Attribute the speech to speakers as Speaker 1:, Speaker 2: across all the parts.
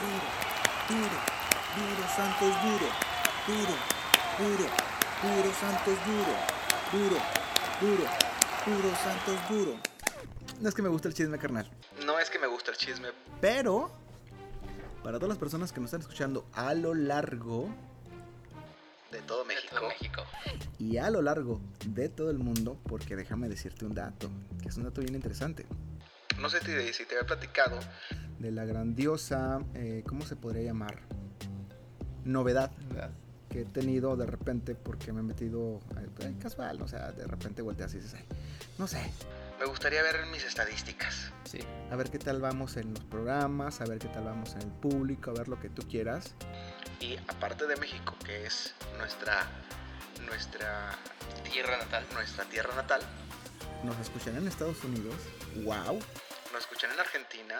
Speaker 1: duro, duro, duro, Santos duro, duro, duro, duro, Santos duro, duro, duro, duro, Santos duro.
Speaker 2: No es que me guste el chisme, carnal.
Speaker 1: No es que me gusta el chisme.
Speaker 2: Pero, para todas las personas que nos están escuchando a lo largo
Speaker 1: De todo México.
Speaker 2: y a lo largo de todo el mundo, porque déjame decirte un dato, que es un dato bien interesante,
Speaker 1: No sé si, si te había platicado.
Speaker 2: de la grandiosa, eh, ¿cómo se podría llamar? Novedad que he tenido de repente porque me he metido eh, casual, o sea, de repente volteas y dices, "Ay, no sé,
Speaker 1: Me gustaría ver mis estadísticas.
Speaker 3: Sí.
Speaker 2: a ver qué tal vamos en los programas, a ver qué tal vamos en el público, a ver lo que tú quieras.
Speaker 1: Y aparte de México, que es nuestra, nuestra tierra natal, nuestra tierra natal,
Speaker 2: Nos escuchan en Estados Unidos, wow.
Speaker 1: nos escuchan en Argentina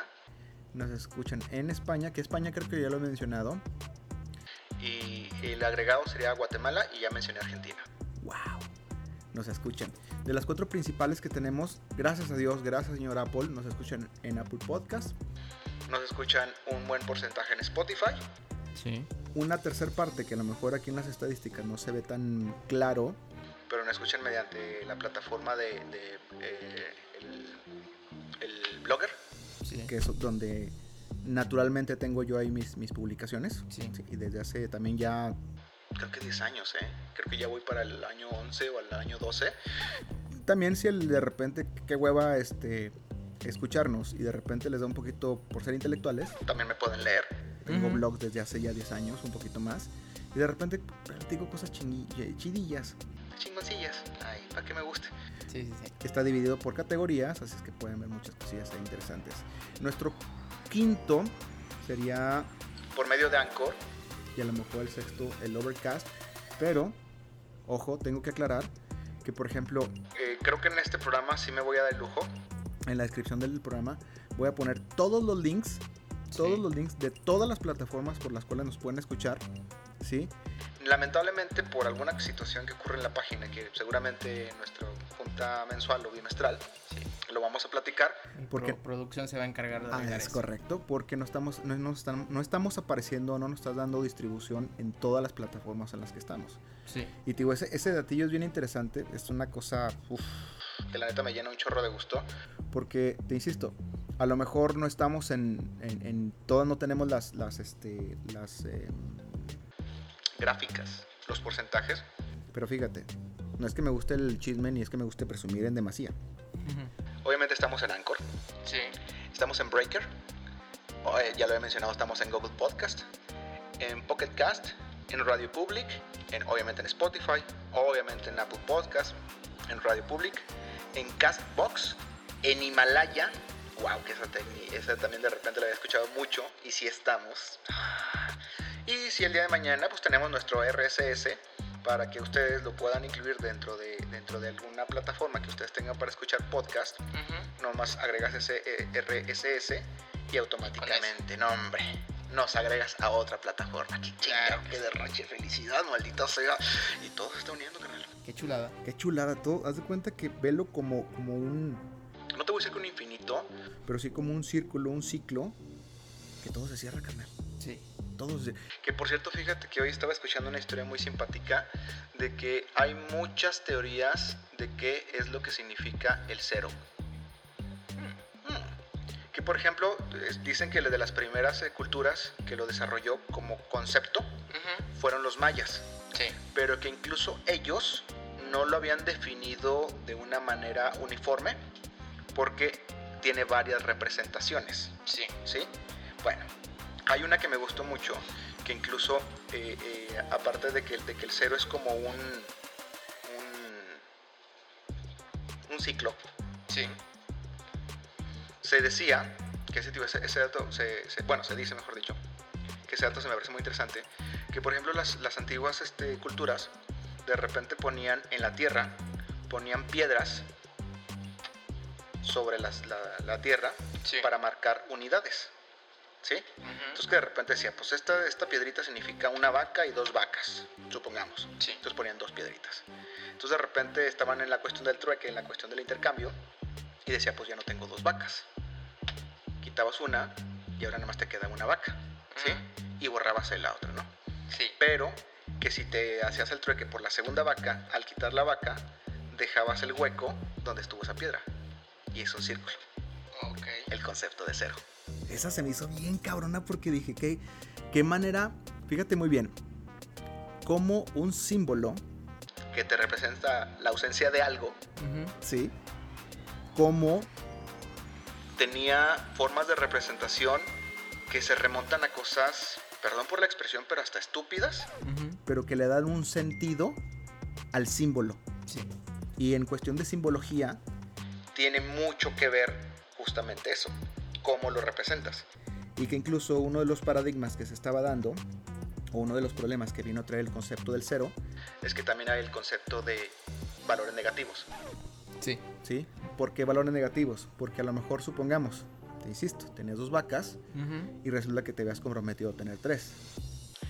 Speaker 2: Nos escuchan en España, que España creo que ya lo he mencionado.
Speaker 1: y el agregado sería Guatemala y ya mencioné Argentina.
Speaker 2: Wow. Nos escuchan. De las cuatro principales que tenemos, gracias a Dios, gracias señor Apple, nos escuchan en Apple Podcast.
Speaker 1: Nos escuchan un buen porcentaje en Spotify.
Speaker 3: Sí.
Speaker 2: Una tercer parte que a lo mejor aquí en las estadísticas no se ve tan claro,
Speaker 1: pero no escuchan mediante la plataforma de, de, eh, el, el blogger.
Speaker 3: Sí.
Speaker 2: que es donde naturalmente tengo yo ahí mis, mis publicaciones.
Speaker 3: Sí.
Speaker 2: Y desde hace también ya...
Speaker 1: Creo que 10 años, ¿eh? Creo que ya voy para el año 11 o al año 12.
Speaker 2: También si el de repente, qué hueva, este, escucharnos y de repente les da un poquito por ser intelectuales,
Speaker 1: También me pueden leer.
Speaker 2: Tengo
Speaker 3: Ujú.
Speaker 2: blogs desde hace ya 10 años, un poquito más. Y de repente platico cosas chingui- eh, chidillas.
Speaker 1: Chingoncillas. Ay, para que me guste.
Speaker 3: Sí, sí, sí.
Speaker 2: Está dividido por categorías, así es que pueden ver muchas cosillas ahí interesantes. Nuestro quinto sería,
Speaker 1: Por medio de Anchor.
Speaker 2: y a lo mejor el sexto, el Overcast. Pero, ojo, tengo que aclarar que, por ejemplo,
Speaker 1: eh, creo que en este programa sí me voy a dar el lujo.
Speaker 2: en la descripción del programa voy a poner todos los links, todos
Speaker 3: Sí.
Speaker 2: los links de todas las plataformas por las cuales nos pueden escuchar. ¿Sí?
Speaker 1: Lamentablemente, por alguna situación que ocurre en la página, que seguramente en nuestra junta mensual o bimestral lo vamos a platicar,
Speaker 2: Porque-
Speaker 3: Porque producción se va a encargar de
Speaker 2: Ah,
Speaker 3: arreglar
Speaker 2: es
Speaker 3: eso.
Speaker 2: correcto, porque no estamos, no, no están- no estamos apareciendo, no nos estás dando distribución en todas las plataformas en las que estamos.
Speaker 3: Sí.
Speaker 2: Y te digo, ese, ese datillo es bien interesante, es una cosa, uf,
Speaker 1: que la neta me llena un chorro de gusto.
Speaker 2: porque te insisto, a lo mejor no estamos en, en, en todas, no tenemos las, las, este, las, eh,
Speaker 1: Gráficas, los porcentajes.
Speaker 2: pero fíjate, no es que me guste el chisme ni es que me guste presumir en demasía.
Speaker 3: Ujú.
Speaker 1: Obviamente estamos en Anchor.
Speaker 3: Sí.
Speaker 1: Estamos en Breaker. Oh, eh, ya lo he mencionado, estamos en Google Podcast, en Pocket Cast, en Radio Public, en, obviamente en Spotify, obviamente en Apple Podcast, en Radio Public, en Castbox, en Himalaya. Wow, que esa, tecni- esa también de repente la había escuchado mucho y sí estamos. Y si el día de mañana pues tenemos nuestro RSS para que ustedes lo puedan incluir dentro de, dentro de alguna plataforma que ustedes tengan para escuchar podcast, nomás agregas ese eh, RSS y automáticamente, no hombre, nos agregas a otra plataforma. Qué chingado, qué derroche de felicidad, maldita sea. Y todo se está uniendo, carnal.
Speaker 3: Qué chulada.
Speaker 2: Qué chulada todo, haz de cuenta que velo como, como un,
Speaker 1: No te voy a decir que un infinito,
Speaker 2: pero sí como un círculo, un ciclo, que todo se cierra, carnal.
Speaker 3: Sí.
Speaker 2: Todo se,
Speaker 1: que por cierto, fíjate que hoy estaba escuchando una historia muy simpática de que hay muchas teorías de qué es lo que significa el cero. Mm. Que por ejemplo, es- dicen que de las primeras eh, culturas que lo desarrolló como concepto fueron los mayas.
Speaker 3: Sí.
Speaker 1: pero que incluso ellos no lo habían definido de una manera uniforme porque tiene varias representaciones,
Speaker 3: Sí.
Speaker 1: ¿sí? Bueno, hay una que me gustó mucho, que incluso, eh, eh, aparte de que, de que el cero es como un, un, un ciclo,
Speaker 3: Sí.
Speaker 1: se decía que ese, tipo- ese- ese dato, se, se- bueno, se dice mejor dicho, que ese dato se me parece muy interesante, que por ejemplo las, las antiguas este, culturas de repente ponían en la tierra, ponían piedras sobre las- la, la tierra
Speaker 3: Sí.
Speaker 1: para marcar unidades, ¿sí? Entonces que de repente decía, pues esta, esta piedrita significa una vaca y dos vacas, supongamos.
Speaker 3: Sí.
Speaker 1: Entonces ponían dos piedritas. Entonces de repente estaban en la cuestión del trueque, en la cuestión del intercambio, y decía, pues ya no tengo dos vacas. Quitabas una
Speaker 4: y ahora nada más te queda una vaca, ¿sí? Y borrabas ahí la otra, ¿no?
Speaker 5: Sí.
Speaker 4: Pero que si te hacías el trueque por la segunda vaca, al quitar la vaca, dejabas el hueco donde estuvo esa piedra. Y es un círculo,
Speaker 5: Ok.
Speaker 4: el concepto de cero.
Speaker 2: Esa se me hizo bien cabrona porque dije, ¿qué, qué manera? Fíjate muy bien, como un símbolo,
Speaker 4: Que te representa la ausencia de algo.
Speaker 1: Ujú.
Speaker 2: ¿sí? Como,
Speaker 4: Tenía formas de representación que se remontan a cosas, perdón por la expresión, pero hasta estúpidas.
Speaker 1: Ujú.
Speaker 2: pero que le dan un sentido al símbolo.
Speaker 1: Sí.
Speaker 2: Y en cuestión de simbología,
Speaker 4: Tiene mucho que ver justamente eso, cómo lo representas.
Speaker 2: y que incluso uno de los paradigmas que se estaba dando, o uno de los problemas que vino a traer el concepto del cero,
Speaker 4: Es que también hay el concepto de valores negativos.
Speaker 1: Sí.
Speaker 2: ¿sí? ¿Por qué valores negativos? Porque a lo mejor supongamos, te insisto, tenías dos vacas
Speaker 1: Ujú.
Speaker 2: y resulta que te habías comprometido a tener tres.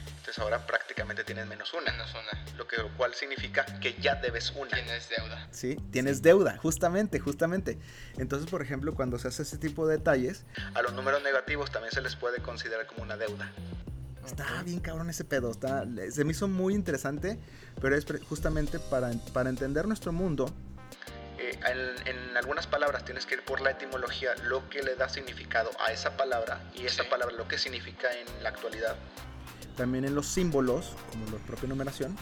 Speaker 4: Entonces ahora prácticamente tienes menos una.
Speaker 5: Menos una.
Speaker 4: lo que lo cual significa que ya debes una.
Speaker 5: Tienes deuda.
Speaker 2: ¿Sí? Tienes deuda, justamente, justamente. Entonces, por ejemplo, cuando se hace ese tipo de detalles,
Speaker 4: A los números negativos también se les puede considerar como una deuda.
Speaker 2: está bien cabrón ese pedo, está, se me hizo muy interesante, pero es pre- justamente para, para entender nuestro mundo,
Speaker 4: Eh, en, en algunas palabras tienes que ir por la etimología, lo que le da significado a esa palabra y esa
Speaker 5: Sí.
Speaker 4: palabra lo que significa en la actualidad.
Speaker 2: también en los símbolos, como la propia numeración,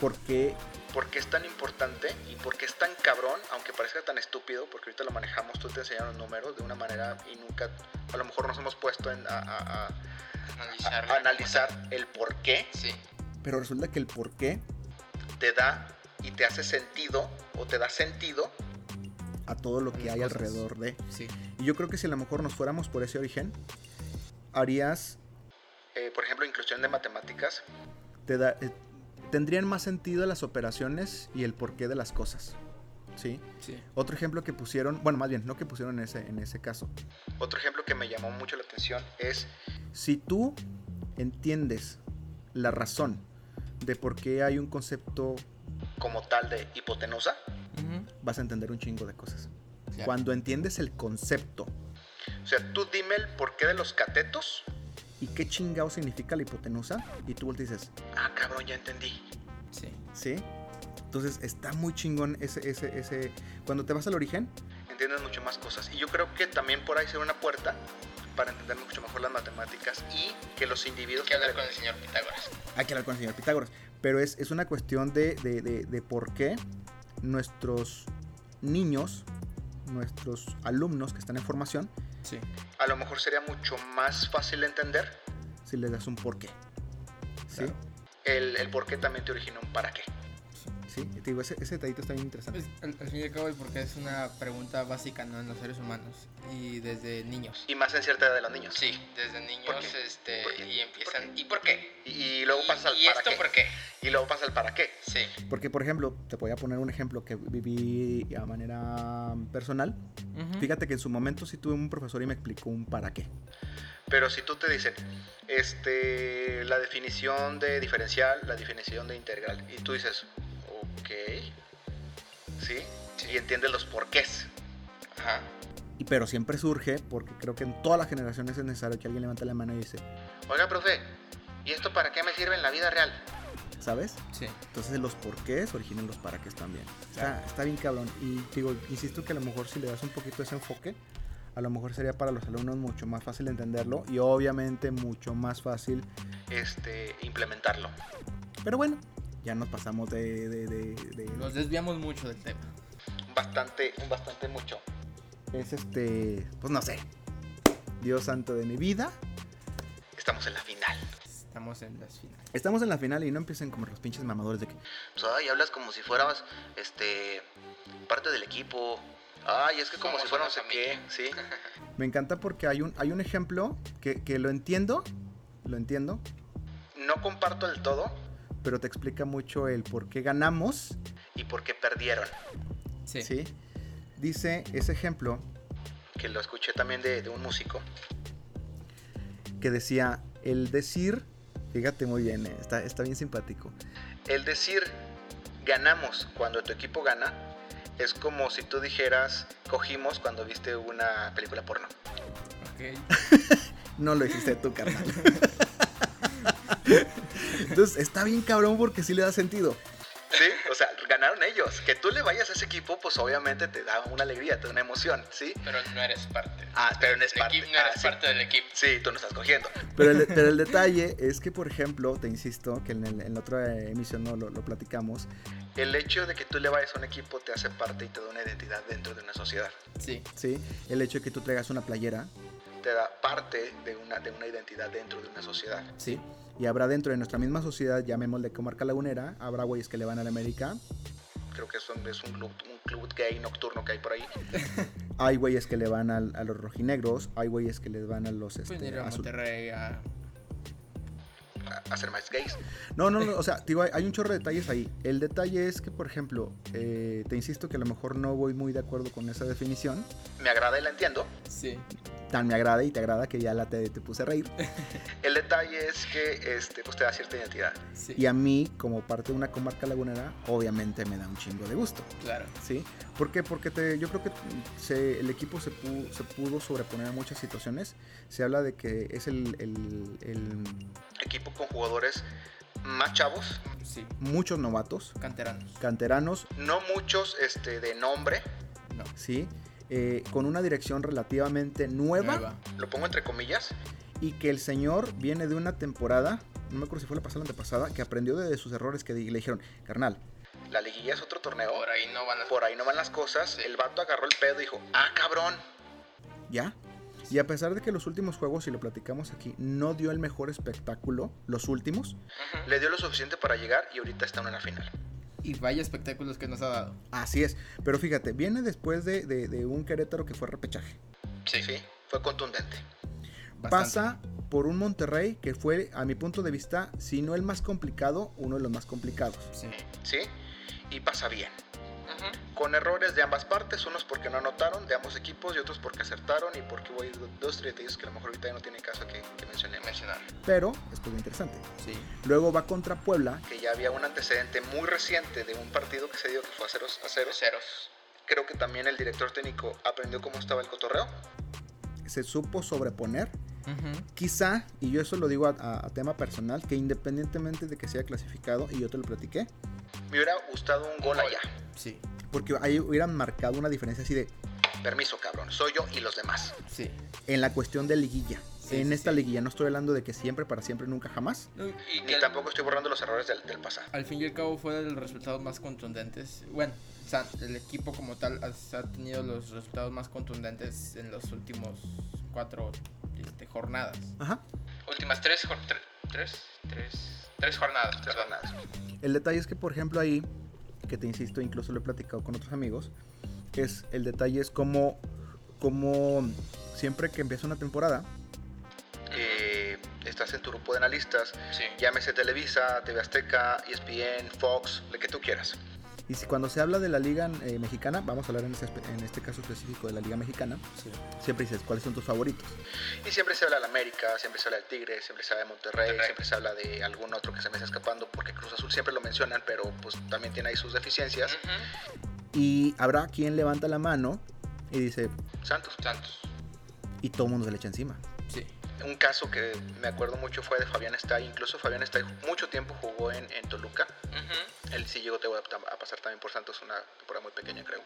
Speaker 2: porque
Speaker 4: ¿Por qué es tan importante y por qué es tan cabrón, aunque parezca tan estúpido? Porque ahorita lo manejamos, tú te enseñaron los números de una manera y nunca, a lo mejor nos hemos puesto en, a, a- a- a-
Speaker 5: Analizar.
Speaker 4: a analizar el por qué
Speaker 5: Sí.
Speaker 2: Pero resulta que el por qué
Speaker 4: te da y te hace sentido o te da sentido
Speaker 2: a todo lo que
Speaker 1: Las
Speaker 2: hay
Speaker 1: cosas.
Speaker 2: alrededor de.
Speaker 1: Sí.
Speaker 2: Y yo creo que si a lo mejor nos fuéramos por ese origen, harías,
Speaker 4: eh, por ejemplo, inclusión de matemáticas,
Speaker 2: te da, eh, tendrían más sentido las operaciones y el porqué de las cosas. ¿Sí?
Speaker 1: Sí.
Speaker 2: Otro ejemplo que pusieron, bueno, más bien, no que pusieron en ese, en ese caso.
Speaker 4: Otro ejemplo que me llamó mucho la atención es
Speaker 2: Si tú entiendes la razón de por qué hay un concepto,
Speaker 4: como tal de hipotenusa.
Speaker 1: Ujú.
Speaker 2: vas a entender un chingo de cosas.
Speaker 1: Claro.
Speaker 2: Cuando entiendes el concepto
Speaker 4: O sea, tú dime el porqué de los catetos.
Speaker 2: y qué chingado significa la hipotenusa, y tú volteas y dices,
Speaker 4: Ah, cabrón, ya entendí.
Speaker 1: Sí.
Speaker 2: ¿Sí? Entonces está muy chingón ese, ese, ese. Cuando te vas al origen,
Speaker 4: Entiendes mucho más cosas. Y yo creo que también por ahí se abre una puerta para entender mucho mejor las matemáticas y que los individuos...
Speaker 5: que hablar con el señor Pitágoras.
Speaker 2: hay Ah, que hablar con el señor Pitágoras. Pero es, es una cuestión de, de- de- de por qué nuestros niños, nuestros alumnos que están en formación,
Speaker 1: Sí.
Speaker 4: A lo mejor sería mucho más fácil de entender
Speaker 2: si les das un por qué. ¿Sí?
Speaker 1: Claro.
Speaker 4: el, el por qué también te origina un para qué.
Speaker 2: Sí, te digo, ese, ese detallito está bien interesante.
Speaker 1: Pues, al, al fin y al cabo es porque es una pregunta básica, ¿no? En los seres humanos. Y desde niños.
Speaker 4: Y más en cierta edad de los niños.
Speaker 5: Sí, desde
Speaker 4: ¿Por
Speaker 5: niños
Speaker 4: qué?
Speaker 5: este
Speaker 4: ¿Por qué?
Speaker 5: y empiezan ¿Y por qué?
Speaker 4: Y, y luego
Speaker 5: ¿Y-
Speaker 4: pasa al
Speaker 5: ¿Y
Speaker 4: para
Speaker 5: esto
Speaker 4: qué.
Speaker 5: por qué?
Speaker 4: Y luego pasa al para qué.
Speaker 5: Sí.
Speaker 2: Porque, por ejemplo, te voy a poner un ejemplo que viví a manera personal.
Speaker 1: Ujú.
Speaker 2: Fíjate que en su momento sí tuve un profesor y me explicó un para qué.
Speaker 4: Pero si tú te dicen, este, la definición de diferencial, la definición de integral, y tú dices, ok, ¿sí? Y entiendes los porqués.
Speaker 5: Ajá.
Speaker 2: Y- pero siempre surge porque creo que en todas las generaciones es necesario que alguien levante la mano y dice,
Speaker 4: Oiga, profe, ¿y esto para qué me sirve en la vida real?
Speaker 2: ¿sabes?
Speaker 1: Sí.
Speaker 2: Entonces los porqués originan los para qués también. Está, está bien cabrón. Y digo, insisto que a lo mejor si le das un poquito ese enfoque, a lo mejor sería para los alumnos mucho más fácil entenderlo y obviamente mucho más fácil.
Speaker 4: Este, implementarlo.
Speaker 2: Pero bueno, ya nos pasamos de... de- de- de-
Speaker 1: Nos desviamos mucho del tema.
Speaker 4: Bastante, un bastante mucho.
Speaker 2: Es este... Pues no sé. Dios santo de mi vida.
Speaker 4: Estamos en la final.
Speaker 1: Estamos en las finales.
Speaker 2: Estamos en la final y no empiecen como los pinches mamadores de que...
Speaker 4: Pues, ay, hablas como si fueras, este, parte del equipo. Ay, es que como
Speaker 5: Somos
Speaker 4: si fuéramos
Speaker 5: una
Speaker 4: no sé qué,
Speaker 5: familia.
Speaker 4: ¿sí?
Speaker 2: Me encanta porque hay un, hay un ejemplo que, que lo entiendo, lo entiendo,
Speaker 4: No comparto del todo
Speaker 2: pero te explica mucho el por qué ganamos.
Speaker 4: y por qué perdieron.
Speaker 1: Sí.
Speaker 2: ¿sí? Dice ese ejemplo
Speaker 4: Que lo escuché también de- de un músico.
Speaker 2: que decía, el decir, fíjate muy bien, eh, está, está bien simpático.
Speaker 4: El decir ganamos cuando tu equipo gana es como si tú dijeras cogimos cuando viste una película porno.
Speaker 1: Ok.
Speaker 2: No lo hiciste tú, carnal. Entonces, está bien cabrón porque sí le da sentido.
Speaker 4: Sí, o sea, ganaron ellos. Que tú le vayas a ese equipo, pues obviamente te da una alegría, te da una emoción, ¿sí?
Speaker 5: Pero no eres parte.
Speaker 4: Ah, pero no es
Speaker 5: Del
Speaker 4: parte.
Speaker 5: equipo- no
Speaker 4: ah,
Speaker 5: eres
Speaker 4: sí.
Speaker 5: parte del equipo.
Speaker 4: Sí, tú no estás cogiendo.
Speaker 2: Pero el, pero el detalle es que, por ejemplo, te insisto, que en, el- en la otra emisión no lo, lo platicamos,
Speaker 4: El hecho de que tú le vayas a un equipo te hace parte y te da una identidad dentro de una sociedad.
Speaker 1: Sí.
Speaker 2: ¿sí? El hecho de que tú traigas una playera,
Speaker 4: Te da parte de una, de una identidad dentro de una sociedad.
Speaker 2: ¿sí? Y habrá dentro de nuestra misma sociedad, llamémosle comarca lagunera, habrá güeyes que le van a la América,
Speaker 4: Creo que es un, es un club, un club gay nocturno que hay por ahí.
Speaker 2: hay güeyes que le van al- a, los rojinegros, hay güeyes que les van a los
Speaker 1: Pues
Speaker 2: este,
Speaker 1: ir a
Speaker 2: azul-
Speaker 1: Monterrey a...
Speaker 4: a- a ser más gays.
Speaker 2: No, no, no, o sea, te digo, hay, hay un chorro de detalles ahí. El detalle es que, por ejemplo, eh, te insisto que a lo mejor no voy muy de acuerdo con esa definición.
Speaker 4: Me agrada y la entiendo.
Speaker 1: Sí.
Speaker 2: Tan me agrada y te agrada que ya la te, te puse a reír.
Speaker 4: El detalle es que este, pues te da cierta identidad.
Speaker 1: Sí.
Speaker 2: Y a mí, como parte de una comarca lagunera, obviamente me da un chingo de gusto.
Speaker 1: Claro.
Speaker 2: ¿Sí? ¿Por qué? Porque te, yo creo que se- el equipo se pudo, se pudo sobreponer a muchas situaciones. Se habla de que es el- el- el
Speaker 4: Equipo con jugadores más chavos,
Speaker 1: Sí.
Speaker 2: muchos novatos,
Speaker 1: Canteranos.
Speaker 2: canteranos,
Speaker 4: no muchos este, de nombre,
Speaker 1: No.
Speaker 2: ¿sí? Eh, con una dirección relativamente nueva,
Speaker 1: Nueva.
Speaker 4: lo pongo entre comillas,
Speaker 2: y que el señor viene de una temporada, no me acuerdo si fue la pasada o la antepasada, que aprendió de, de sus errores que di- le dijeron, carnal,
Speaker 4: la liguilla es otro torneo,
Speaker 5: Por ahí no van a...
Speaker 4: por ahí no van las cosas, el vato agarró el pedo y dijo, ah cabrón,
Speaker 2: ya. Y a pesar de que los últimos juegos, y lo platicamos aquí, no dio el mejor espectáculo, los últimos,
Speaker 5: Ujú.
Speaker 4: le dio lo suficiente para llegar y ahorita está en la final.
Speaker 1: Y vaya espectáculos que nos ha dado.
Speaker 2: así es. Pero fíjate, viene después de, de- de un Querétaro que fue repechaje.
Speaker 5: Sí.
Speaker 4: Sí, fue contundente.
Speaker 1: Bastante.
Speaker 2: Pasa por un Monterrey que fue, a mi punto de vista, si no el más complicado, uno de los más complicados.
Speaker 1: Sí.
Speaker 4: ¿sí? Y pasa bien.
Speaker 5: Ujú.
Speaker 4: Con errores de ambas partes, unos porque no anotaron de ambos equipos y otros porque acertaron y porque hubo ahí do- dos detalles que a lo mejor ahorita ya no tiene caso que, que mencioné,
Speaker 5: Mencionar.
Speaker 2: Pero, esto es interesante.
Speaker 1: Sí.
Speaker 2: Luego va contra Puebla,
Speaker 4: que ya había un antecedente muy reciente de un partido que se dio que fue a ceros a ceros.
Speaker 5: Ceros.
Speaker 4: Creo que también el director técnico aprendió cómo estaba el cotorreo.
Speaker 2: se supo sobreponer.
Speaker 1: Ujú.
Speaker 2: Quizá, y yo eso lo digo a, a- a tema personal, que independientemente de que sea clasificado, y yo te lo platiqué,
Speaker 4: Me hubiera gustado un gol
Speaker 5: gol.
Speaker 4: allá.
Speaker 1: Sí.
Speaker 2: porque ahí hubieran marcado una diferencia así de,
Speaker 4: Permiso, cabrón. Soy yo y los demás.
Speaker 1: Sí.
Speaker 2: en la cuestión de liguilla.
Speaker 1: Sí,
Speaker 2: en
Speaker 1: sí,
Speaker 2: esta
Speaker 1: sí.
Speaker 2: liguilla no estoy hablando de que siempre, para siempre, nunca, jamás.
Speaker 1: No, y-
Speaker 5: Y
Speaker 4: Ni
Speaker 5: que
Speaker 4: tampoco estoy borrando los errores del, del pasado.
Speaker 1: al fin y al cabo fue de los resultados más contundentes. Bueno, o sea, el equipo como tal has- ha tenido los resultados más contundentes en los últimos cuatro este, jornadas.
Speaker 2: Ajá.
Speaker 5: Últimas tres, jor- tre- tres, tres, tres jornadas.
Speaker 4: Tres
Speaker 5: perdón.
Speaker 4: jornadas.
Speaker 2: El detalle es que, por ejemplo, ahí, que te insisto, incluso lo he platicado con otros amigos, es el detalle es como, como siempre que empieza una temporada,
Speaker 4: Eh, estás en tu grupo de analistas.
Speaker 5: Sí.
Speaker 4: Llámese Televisa, TV Azteca,
Speaker 2: E
Speaker 4: ESPN, Fox, lo que tú quieras.
Speaker 2: y si cuando se habla de la liga eh, mexicana, vamos a hablar en, ese espe- en este caso específico de la liga mexicana,
Speaker 1: Sí.
Speaker 2: siempre dices, ¿cuáles son tus favoritos?
Speaker 4: Y siempre se habla del América, siempre se habla del Tigre, siempre se habla de Monterrey,
Speaker 5: Monterrey.
Speaker 4: siempre se habla de algún otro que se me está escapando, porque Cruz Azul siempre lo mencionan, pero pues también tiene ahí sus deficiencias.
Speaker 5: Ujú.
Speaker 2: Y habrá quien levanta la mano y dice,
Speaker 4: Santos.
Speaker 5: Santos.
Speaker 2: y todo el mundo se le echa encima.
Speaker 1: Sí.
Speaker 4: Un caso que me acuerdo mucho fue de Fabián Estay. Incluso Fabián Estay mucho tiempo jugó en, en Toluca.
Speaker 5: Ujú.
Speaker 4: Él sí llegó a a pasar también por Santos, una temporada muy pequeña, creo.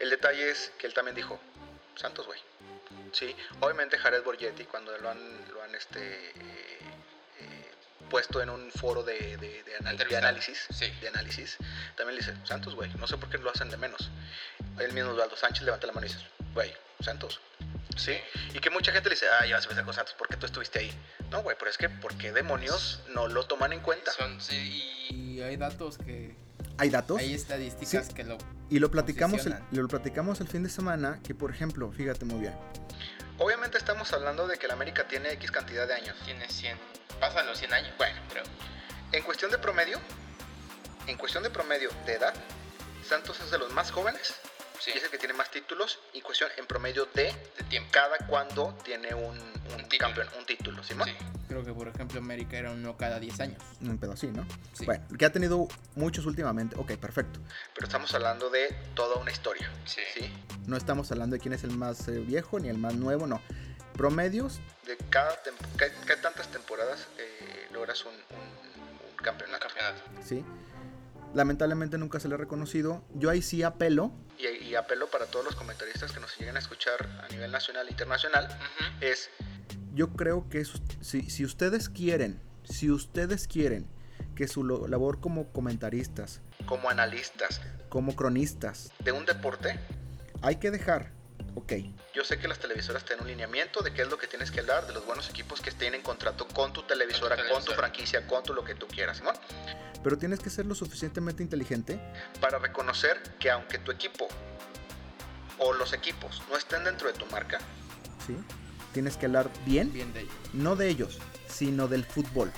Speaker 4: El detalle es que él también dijo, Santos, güey. Sí, obviamente Jared Borgetti, cuando lo han, lo han este, eh, eh, puesto en un foro de, de- de anal- de
Speaker 5: Entrevistado.
Speaker 4: análisis,
Speaker 5: Sí.
Speaker 4: de análisis, también le dice, Santos, güey, no sé por qué lo hacen de menos. El mismo Osvaldo Sánchez levanta la mano y dice, güey, Santos. Sí, y que mucha gente le dice, ah, ya vas a empezar con Santos, ¿por qué tú estuviste ahí? No, güey, pero es que, ¿por qué demonios no lo toman en cuenta?
Speaker 5: Son, sí,
Speaker 1: Y hay datos que...
Speaker 2: Hay datos.
Speaker 1: Hay estadísticas que lo...
Speaker 2: y lo platicamos, el,
Speaker 1: posicionan.
Speaker 2: lo platicamos el fin de semana, que por ejemplo, fíjate muy bien,
Speaker 4: Obviamente estamos hablando de que la América tiene X cantidad de años.
Speaker 5: y tiene 100. Pasan los 100 años. Bueno, creo.
Speaker 4: En cuestión de promedio, en cuestión de promedio de edad, Santos es de los más jóvenes
Speaker 5: Sí.
Speaker 4: y es el que tiene más títulos y cuestión en promedio de
Speaker 5: De tiempo.
Speaker 4: cada cuando tiene un, un
Speaker 5: Un título.
Speaker 4: campeón, un título, ¿sí, ma?
Speaker 5: Sí.
Speaker 1: Creo que, por ejemplo, América era uno cada 10 años.
Speaker 2: un pedo así, ¿no?
Speaker 1: Sí.
Speaker 2: Bueno, que ha tenido muchos últimamente, ok, perfecto.
Speaker 4: Pero estamos hablando de toda una historia,
Speaker 5: Sí.
Speaker 4: ¿sí?
Speaker 2: No estamos hablando de quién es el más eh, viejo ni el más nuevo, no. promedios.
Speaker 4: de cada, tem- ca- ca- tantas temporadas eh, logras un, un- un campeonato.
Speaker 5: campeonato.
Speaker 2: ¿sí? Lamentablemente nunca se le ha reconocido. Yo ahí sí apelo.
Speaker 4: Y, y apelo para todos los comentaristas que nos lleguen a escuchar a nivel nacional e internacional,
Speaker 5: Ujú.
Speaker 4: es
Speaker 2: Yo creo que es- si, si ustedes quieren, si ustedes quieren que su lo- labor como comentaristas,
Speaker 4: como analistas
Speaker 2: como cronistas,
Speaker 4: de un deporte,
Speaker 2: hay que dejar, ok,
Speaker 4: yo sé que las televisoras tienen un lineamiento de qué es lo que tienes que hablar, de los buenos equipos que tienen contrato con tu televisora, con tu,
Speaker 5: televisora.
Speaker 4: franquicia, con tu lo que tú quieras, Simón.
Speaker 2: pero tienes que ser lo suficientemente inteligente
Speaker 4: para reconocer que aunque tu equipo o los equipos no estén dentro de tu marca,
Speaker 2: ¿sí? Tienes que hablar bien,
Speaker 1: Bien de ello.
Speaker 2: no de ellos, sino del fútbol.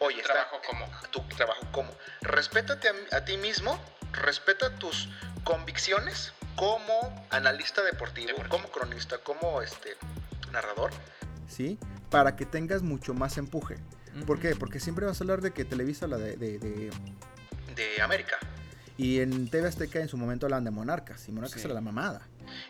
Speaker 4: oye, está-
Speaker 5: Trabajo como.
Speaker 4: tu trabajo como, respétate a, a ti mismo, respeta tus convicciones como analista deportivo,
Speaker 5: Deportivo.
Speaker 4: como cronista, como este narrador.
Speaker 2: ¿sí? Para que tengas mucho más empuje. ¿Por qué? Porque siempre vas a hablar de que Televisa la de, de- de-
Speaker 4: De América.
Speaker 2: y en TV Azteca en su momento hablan de Monarcas y Monarcas
Speaker 1: Sí.
Speaker 2: era la mamada.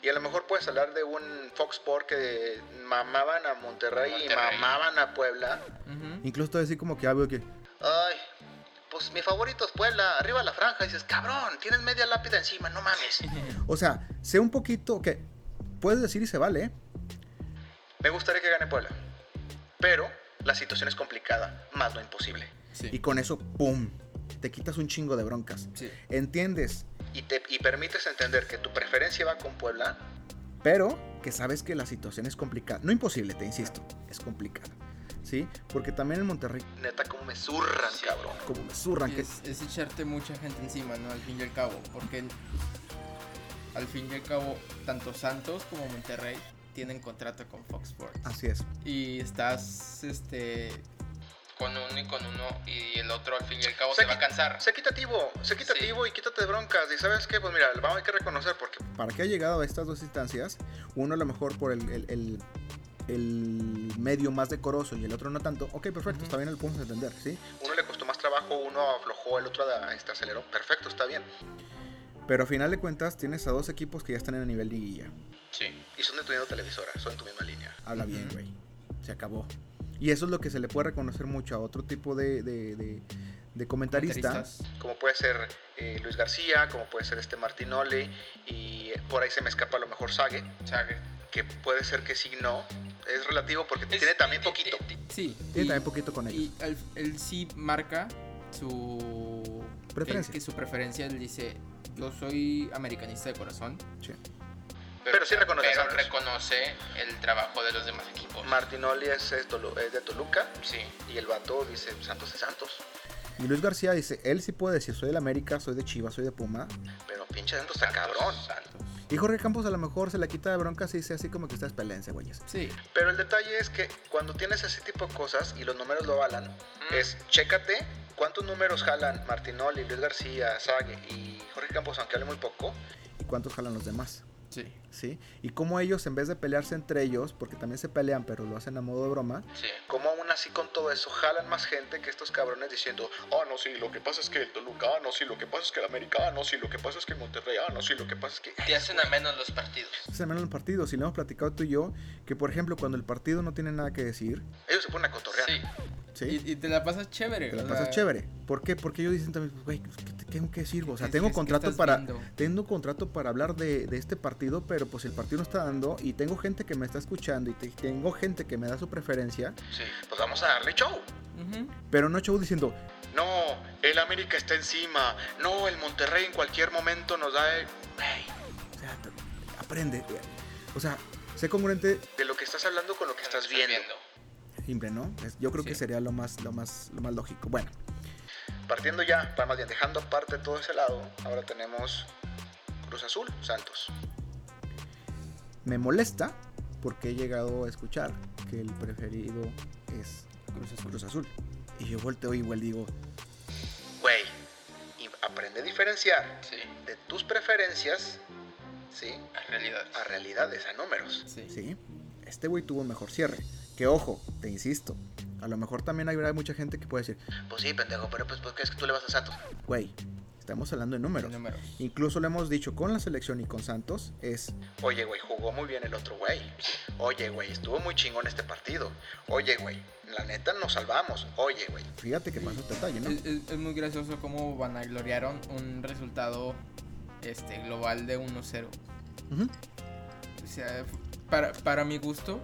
Speaker 4: Y a lo mejor puedes hablar de un Fox Sport que mamaban a Monterrey,
Speaker 5: Monterrey.
Speaker 4: y mamaban a Puebla.
Speaker 1: Ujú.
Speaker 2: Incluso todo así como que algo que
Speaker 4: Ay, pues mi favorito es Puebla, arriba la franja. Y dices, cabrón, tienes media lápida encima, no mames.
Speaker 2: o sea, sé un poquito que puedes decir y se vale, ¿eh?
Speaker 4: Me gustaría que gane Puebla, pero la situación es complicada, más no imposible.
Speaker 1: Sí.
Speaker 2: y con eso pum, te quitas un chingo de broncas.
Speaker 1: Sí.
Speaker 2: ¿Entiendes?
Speaker 4: Y, te, y permites entender que tu preferencia va con Puebla,
Speaker 2: Pero que sabes que la situación es complicada, no imposible, te insisto, es complicada. ¿Sí? Porque también en Monterrey
Speaker 4: neta, como me zurran,
Speaker 5: Sí.
Speaker 4: cabrón.
Speaker 2: como me zurran que
Speaker 1: Es, es echarte mucha gente encima, ¿no? Al fin y al cabo. Porque al fin y al cabo, tanto Santos como Monterrey tienen contrato con Fox Sports.
Speaker 2: así es.
Speaker 1: Y estás, este...
Speaker 5: Con uno y con uno. Y el otro al fin y al cabo
Speaker 4: O sea
Speaker 5: se va a
Speaker 4: que-
Speaker 5: cansar.
Speaker 4: Sé quitativo, sé quitativo y quítate de broncas. Y sabes qué, pues mira, lo vamos a hay que reconocer porque
Speaker 2: para que ha llegado a estas dos instancias, uno a lo mejor por el, el- el- el medio más decoroso y el otro no tanto, ok, perfecto,
Speaker 1: Ujú.
Speaker 2: está bien, lo podemos entender, ¿sí?
Speaker 4: uno le costó más trabajo, uno aflojó, el otro da- este, aceleró. Perfecto, está bien.
Speaker 2: Pero a final de cuentas tienes a dos equipos que ya están en el nivel liguilla.
Speaker 5: Sí.
Speaker 4: Y son de tu misma televisora, son de tu misma línea.
Speaker 2: Habla
Speaker 1: Ujú.
Speaker 2: bien, güey. Se acabó. Y eso es lo que se le puede reconocer mucho a otro tipo de, de- de- de comentarista.
Speaker 1: comentaristas.
Speaker 4: Como puede ser eh, Luis García, como puede ser este Martinoli, y eh, por ahí se me escapa a lo mejor Sague,
Speaker 5: Chague.
Speaker 4: que puede ser que sí, no. Es relativo porque
Speaker 5: Es-
Speaker 4: tiene también
Speaker 5: ti-
Speaker 4: poquito.
Speaker 5: ti- ti-
Speaker 1: Sí.
Speaker 2: Tiene también poquito con ellos.
Speaker 1: Y al- él sí marca su
Speaker 2: Preferencia.
Speaker 1: Que, que su preferencia él dice, yo soy americanista de corazón.
Speaker 2: Sí.
Speaker 4: Pero sí reconoce
Speaker 5: pero
Speaker 4: Santos.
Speaker 5: reconoce el trabajo de los demás equipos.
Speaker 4: Martinoli es, es Tolu- es de Toluca
Speaker 5: Sí.
Speaker 4: y el vato dice Santos es Santos.
Speaker 2: Y Luis García dice, él sí puede decir, soy del América, soy de Chivas, soy de Puma.
Speaker 4: Pero pinche Santos está cabrón.
Speaker 5: Santos.
Speaker 2: Y Jorge Campos a lo mejor se la quita de broncas y dice así como que ustedes pelense, güeyes.
Speaker 1: Sí.
Speaker 4: Pero el detalle es que cuando tienes ese tipo de cosas y los números lo avalan,
Speaker 5: Mm.
Speaker 4: es chécate cuántos números jalan Martinoli, Luis García, Sague y Jorge Campos, aunque hable muy poco.
Speaker 2: ¿Y cuántos jalan los demás?
Speaker 1: Sí.
Speaker 2: ¿sí? Y cómo ellos, en vez de pelearse entre ellos, porque también se pelean, pero lo hacen a modo de broma,
Speaker 5: Sí.
Speaker 4: Como aún así con todo eso jalan más gente que estos cabrones diciendo, ah, no, sí, lo que pasa es que el Toluca, ah, no, sí, lo que pasa es que el América, ah, no, sí, lo que pasa es que el Monterrey, ah, no, sí, lo que pasa es que...
Speaker 5: Te hacen a menos los partidos.
Speaker 2: se menos los partidos. Y lo hemos platicado tú y yo, que por ejemplo, cuando el partido no tiene nada que decir,
Speaker 4: Ellos se ponen a cotorrear.
Speaker 5: Sí.
Speaker 2: ¿sí?
Speaker 1: Y, y te la pasas chévere.
Speaker 2: Te la
Speaker 1: o
Speaker 2: pasas
Speaker 1: sea,
Speaker 2: chévere. ¿Por qué? Porque ellos dicen también, güey, ¿qué te- tengo que decir? O sea,
Speaker 1: ¿qué-
Speaker 2: tengo
Speaker 1: qué- qué
Speaker 2: contrato
Speaker 1: estás
Speaker 2: para...
Speaker 1: viendo?
Speaker 2: Tengo contrato para hablar de, de este partido, pero pues el partido no está dando y tengo gente que me está escuchando y te- tengo gente que me da su preferencia,
Speaker 5: Sí.
Speaker 4: Pues vamos a darle show.
Speaker 1: Ujú.
Speaker 2: pero no show diciendo,
Speaker 4: No, el América está encima. No, el Monterrey en cualquier momento nos da el- Ey,
Speaker 2: o sea, te- aprende. O sea, sé congruente
Speaker 4: de lo que estás hablando con lo que estás viendo.
Speaker 2: simple, ¿no? Es- Yo creo que
Speaker 1: Sí.
Speaker 2: sería lo más, lo más, lo más lógico. Bueno,
Speaker 4: Partiendo ya, para más bien dejando aparte todo ese lado, ahora tenemos Cruz Azul, Santos.
Speaker 2: me molesta porque he llegado a escuchar que el preferido es
Speaker 1: Cruz Azul.
Speaker 2: Cruz Azul. Y yo volteo y igual digo,
Speaker 4: Güey, y aprende a diferenciar
Speaker 5: Sí.
Speaker 4: de tus preferencias, ¿sí?
Speaker 5: A realidad.
Speaker 4: A realidades, a números.
Speaker 1: Sí.
Speaker 2: sí, este güey tuvo un mejor cierre. Que ojo, te insisto, a lo mejor también habrá mucha gente que puede decir,
Speaker 4: Pues sí, pendejo, pero pues, ¿por qué es que tú le vas a Santos?
Speaker 2: güey, Estamos hablando de números.
Speaker 1: números.
Speaker 2: Incluso lo hemos dicho con la selección y con Santos, es
Speaker 4: Oye, güey, jugó muy bien el otro güey. Oye, güey, estuvo muy chingón este partido. Oye, güey, la neta nos salvamos. Oye, güey.
Speaker 2: fíjate que pasó este detalle, ¿no?
Speaker 1: Es, es- es muy gracioso cómo vanagloriaron un resultado este, global de 1-0.
Speaker 2: Ujú.
Speaker 1: O sea, para, para mi gusto,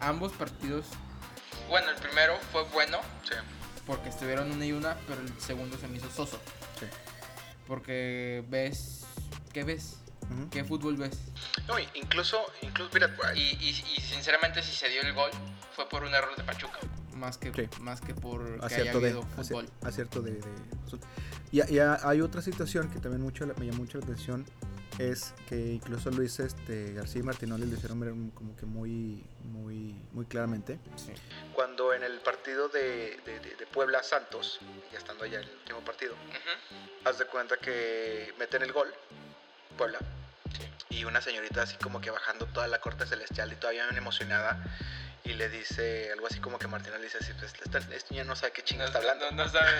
Speaker 1: ambos partidos. Bueno, el primero fue bueno
Speaker 4: Sí.
Speaker 1: porque estuvieron una y una, pero el segundo se me hizo soso.
Speaker 2: Sí.
Speaker 1: Porque ves. ¿Qué ves?
Speaker 2: Ujú.
Speaker 1: ¿Qué fútbol ves?
Speaker 4: No, y- incluso, incluso, mira, güey,
Speaker 5: Y, y, y sinceramente, si se dio el gol, fue por un error de Pachuca.
Speaker 1: Más que,
Speaker 2: Sí.
Speaker 1: más que por que haya
Speaker 2: acierto de,
Speaker 1: habido
Speaker 2: aci-
Speaker 1: fútbol.
Speaker 2: acierto de, de sol. y, y ha- hay otra situación que también mucho la- me llama mucho la atención es que incluso Luis este García y Martinoli lo hicieron ver como que muy muy muy claramente
Speaker 1: Sí.
Speaker 4: cuando en el partido de, de- de- de Puebla Santos, ya estando allá en el último partido,
Speaker 5: Ujú.
Speaker 4: haz de cuenta que meten el gol, Puebla, y una señorita así como que bajando toda la corte celestial y todavía bien emocionada, y le dice algo así como que Martina le dice así, pues esta, esta niña no sabe qué chingo
Speaker 5: No,
Speaker 4: está hablando.
Speaker 5: no- no sabe.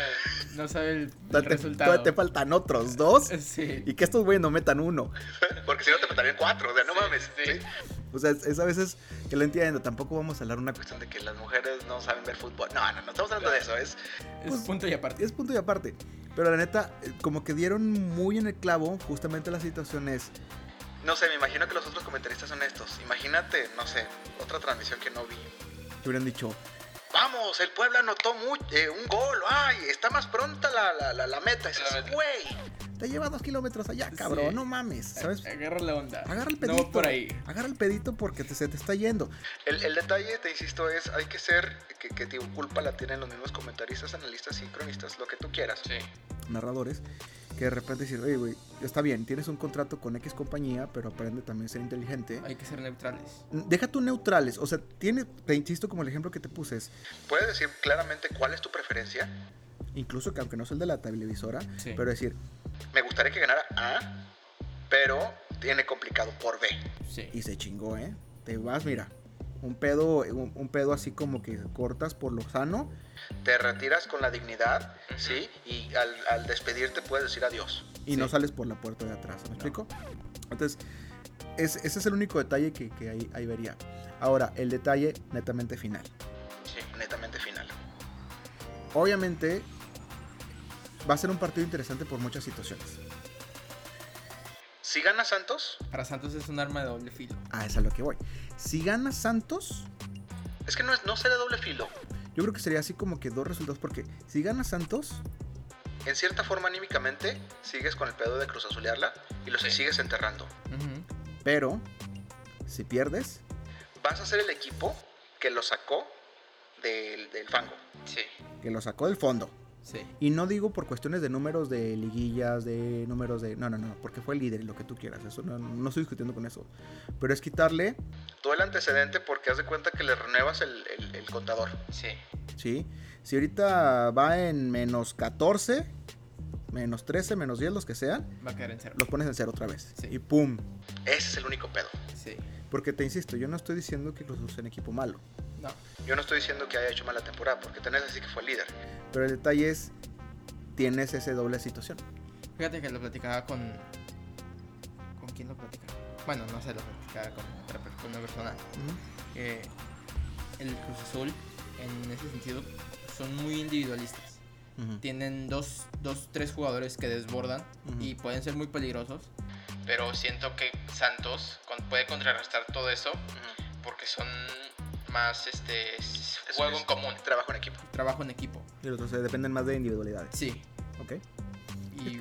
Speaker 1: No sabe el, el
Speaker 2: Todavía te-
Speaker 1: resultado.
Speaker 2: todavía te faltan otros dos
Speaker 1: Sí.
Speaker 2: y que estos güeyes no metan uno
Speaker 4: Porque si no te matarían cuatro, o sea, no
Speaker 5: Sí,
Speaker 4: mames.
Speaker 5: sí.
Speaker 4: ¿sí?
Speaker 2: o sea es, es a veces que lo entiendo tampoco vamos a hablar una
Speaker 4: Cuestión de que las mujeres no saben ver fútbol. No, no, no estamos hablando de eso, es
Speaker 1: Es
Speaker 2: Pues-
Speaker 1: punto y aparte.
Speaker 2: es punto y aparte pero la neta eh, como que dieron muy en el clavo justamente la situación es
Speaker 4: No sé, me imagino que los otros comentaristas son estos. Imagínate, no sé, otra transmisión que no vi.
Speaker 2: que hubieran dicho
Speaker 4: Vamos, el Puebla anotó mu- eh, un gol. Ay, está más pronta la, la, la, la meta. Ese
Speaker 5: La meta.
Speaker 4: güey.
Speaker 2: te lleva dos kilómetros allá cabrón
Speaker 1: Sí.
Speaker 2: no mames sabes
Speaker 1: Agarra la onda.
Speaker 2: Agarra el pedito.
Speaker 1: No por ahí.
Speaker 2: Agarra el pedito porque te- se te está yendo.
Speaker 4: El, el detalle, te insisto, es hay que ser, que, que digo, culpa la tienen los mismos comentaristas, analistas y cronistas, lo que tú quieras.
Speaker 5: Sí.
Speaker 2: Narradores que de repente dicen, oye, güey, está bien, tienes un contrato con X compañía, pero aprende también a ser inteligente.
Speaker 1: Hay que ser neutrales.
Speaker 2: Deja tú neutrales, o sea, tiene, te insisto como el ejemplo que te puse, es,
Speaker 4: Puedes decir claramente cuál es tu preferencia.
Speaker 2: incluso que aunque no sea el de la televisora,
Speaker 1: Sí.
Speaker 2: pero decir,
Speaker 4: Me gustaría que ganara A, pero tiene complicado por B.
Speaker 1: Sí.
Speaker 2: y se chingó, ¿eh? Te vas, mira, un pedo, eh, un, un pedo así como que cortas por lo sano,
Speaker 4: Te retiras con la dignidad, ¿sí? Y al, al despedirte puedes decir adiós.
Speaker 2: y no
Speaker 1: Sí.
Speaker 2: sales por la puerta de atrás. ¿Me explico? Entonces, es- ese es el único detalle que, que ahí, ahí vería. Ahora, el detalle netamente final.
Speaker 5: Sí.
Speaker 4: Netamente final.
Speaker 2: Obviamente, va a ser un partido interesante por muchas situaciones.
Speaker 4: Si gana Santos,
Speaker 1: Para Santos es un arma de doble filo.
Speaker 2: Ah, es a lo que voy. Si gana Santos,
Speaker 4: es que no, es, no será doble filo.
Speaker 2: yo creo que sería así como que dos resultados, porque si gana Santos,
Speaker 4: En cierta forma, anímicamente, sigues con el pedo de Cruz Azulearla y los
Speaker 5: Sí.
Speaker 4: sigues enterrando.
Speaker 1: Ujú.
Speaker 2: pero si pierdes,
Speaker 4: Vas a ser el equipo que lo sacó del, del fango.
Speaker 5: Sí.
Speaker 2: que lo sacó del fondo.
Speaker 1: Sí.
Speaker 2: Y no digo por cuestiones de números de liguillas, de números de... No, no, no, porque fue el líder y lo que tú quieras. Eso no, no estoy discutiendo con eso. Pero es quitarle,
Speaker 4: Todo el antecedente porque haz de cuenta que le renuevas el, el- el contador.
Speaker 5: Sí.
Speaker 2: ¿sí? Si ahorita va en menos 14, menos 13, menos 10, los que sean,
Speaker 1: Va a quedar en cero.
Speaker 2: los pones en cero otra vez.
Speaker 1: Sí.
Speaker 2: Y ¡pum!
Speaker 4: Ese es el único pedo.
Speaker 1: Sí.
Speaker 2: Porque te insisto, yo no estoy diciendo que Cruz Azul sea un equipo malo.
Speaker 1: No.
Speaker 4: Yo no estoy diciendo que haya hecho mala temporada porque tenés así que fue líder.
Speaker 2: Pero el detalle es, tienes esa doble situación.
Speaker 1: Fíjate que lo platicaba con. ¿Con quién lo platicaba? Bueno, no sé, lo platicaba con otra per- con una persona. Que el Cruz Azul, en ese sentido, son muy individualistas.
Speaker 2: Ujú.
Speaker 1: Tienen dos, dos tres jugadores que desbordan
Speaker 2: Ujú.
Speaker 1: y pueden ser muy peligrosos. Pero siento que Santos con- puede contrarrestar todo eso porque son más este s-
Speaker 4: Es-
Speaker 1: juego
Speaker 4: es-
Speaker 1: en común,
Speaker 4: Trabajo en equipo.
Speaker 1: trabajo en equipo.
Speaker 2: Y los otros eh, dependen más de individualidades.
Speaker 1: Sí,
Speaker 2: ¿Ok?
Speaker 1: y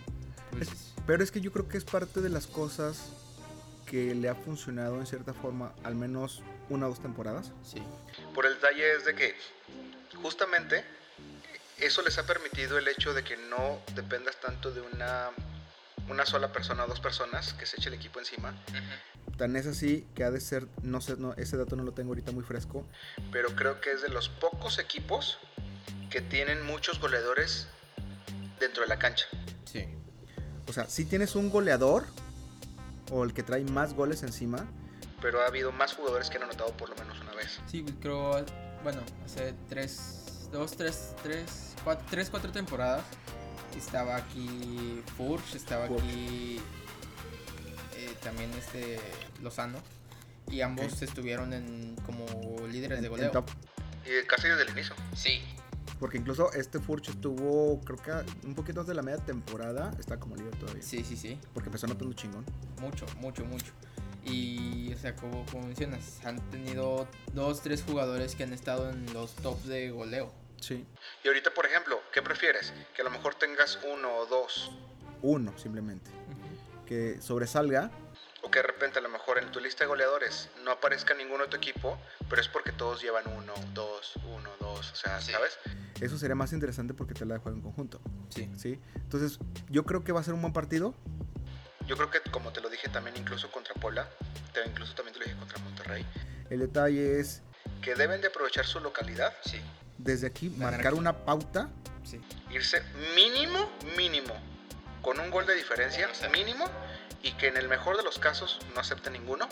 Speaker 1: pues
Speaker 2: Pero es que yo creo que es parte de las cosas que le ha funcionado en cierta forma al menos una o dos temporadas.
Speaker 1: sí,
Speaker 4: por el detalle es de que justamente eso les ha permitido el hecho de que no dependas tanto de una, una sola persona o dos personas que se eche el equipo encima,
Speaker 5: Ujú.
Speaker 2: Tan es así que ha de ser, no sé, no, ese dato no lo tengo ahorita muy fresco,
Speaker 4: pero creo que es de los pocos equipos que tienen muchos goleadores dentro de la cancha.
Speaker 1: sí.
Speaker 2: O sea, si tienes un goleador o el que trae más goles encima,
Speaker 4: Pero ha habido más jugadores que han anotado por lo menos una vez.
Speaker 1: Sí, pues, creo, bueno, hace tres, dos, tres, tres, cuatro, tres, cuatro temporadas Estaba aquí Furch, estaba
Speaker 2: Furch.
Speaker 1: aquí eh, también este Lozano. Y ambos
Speaker 2: Ok.
Speaker 1: estuvieron en como líderes
Speaker 2: en-
Speaker 1: de
Speaker 2: en
Speaker 1: goleo.
Speaker 2: top.
Speaker 4: Y casi desde el inicio.
Speaker 5: Sí.
Speaker 2: Porque incluso este Furch estuvo, creo que un poquito antes de la media temporada, está como líder todavía.
Speaker 1: Sí, sí, sí.
Speaker 2: Porque empezó notando chingón.
Speaker 1: Mucho, mucho, mucho. Y, o sea, como, como mencionas, han tenido dos, tres jugadores que han estado en los top de goleo.
Speaker 2: Sí.
Speaker 4: Y ahorita, por ejemplo, ¿qué prefieres? Que a lo mejor tengas uno o dos,
Speaker 2: Uno, simplemente. Que sobresalga.
Speaker 4: o que de repente a lo mejor en tu lista de goleadores no aparezca ninguno de tu equipo, pero es porque todos llevan uno, dos, uno, dos, o sea,
Speaker 5: Sí.
Speaker 4: ¿sabes?
Speaker 2: Eso sería más interesante porque te la de jugar en conjunto.
Speaker 1: Sí.
Speaker 2: ¿sí? Entonces, yo creo que va a ser un buen partido.
Speaker 4: Yo creo que como te lo dije también incluso contra Puebla, te- incluso también te lo dije contra Monterrey,
Speaker 2: El detalle es
Speaker 4: que deben de aprovechar su localidad,
Speaker 5: Sí.
Speaker 2: desde aquí
Speaker 1: Ganar
Speaker 2: marcar
Speaker 1: aquí.
Speaker 2: una pauta.
Speaker 1: Sí.
Speaker 4: irse mínimo, mínimo, con un gol de diferencia,
Speaker 5: Uno cero.
Speaker 4: mínimo, y que en el mejor de los casos no acepte ninguno.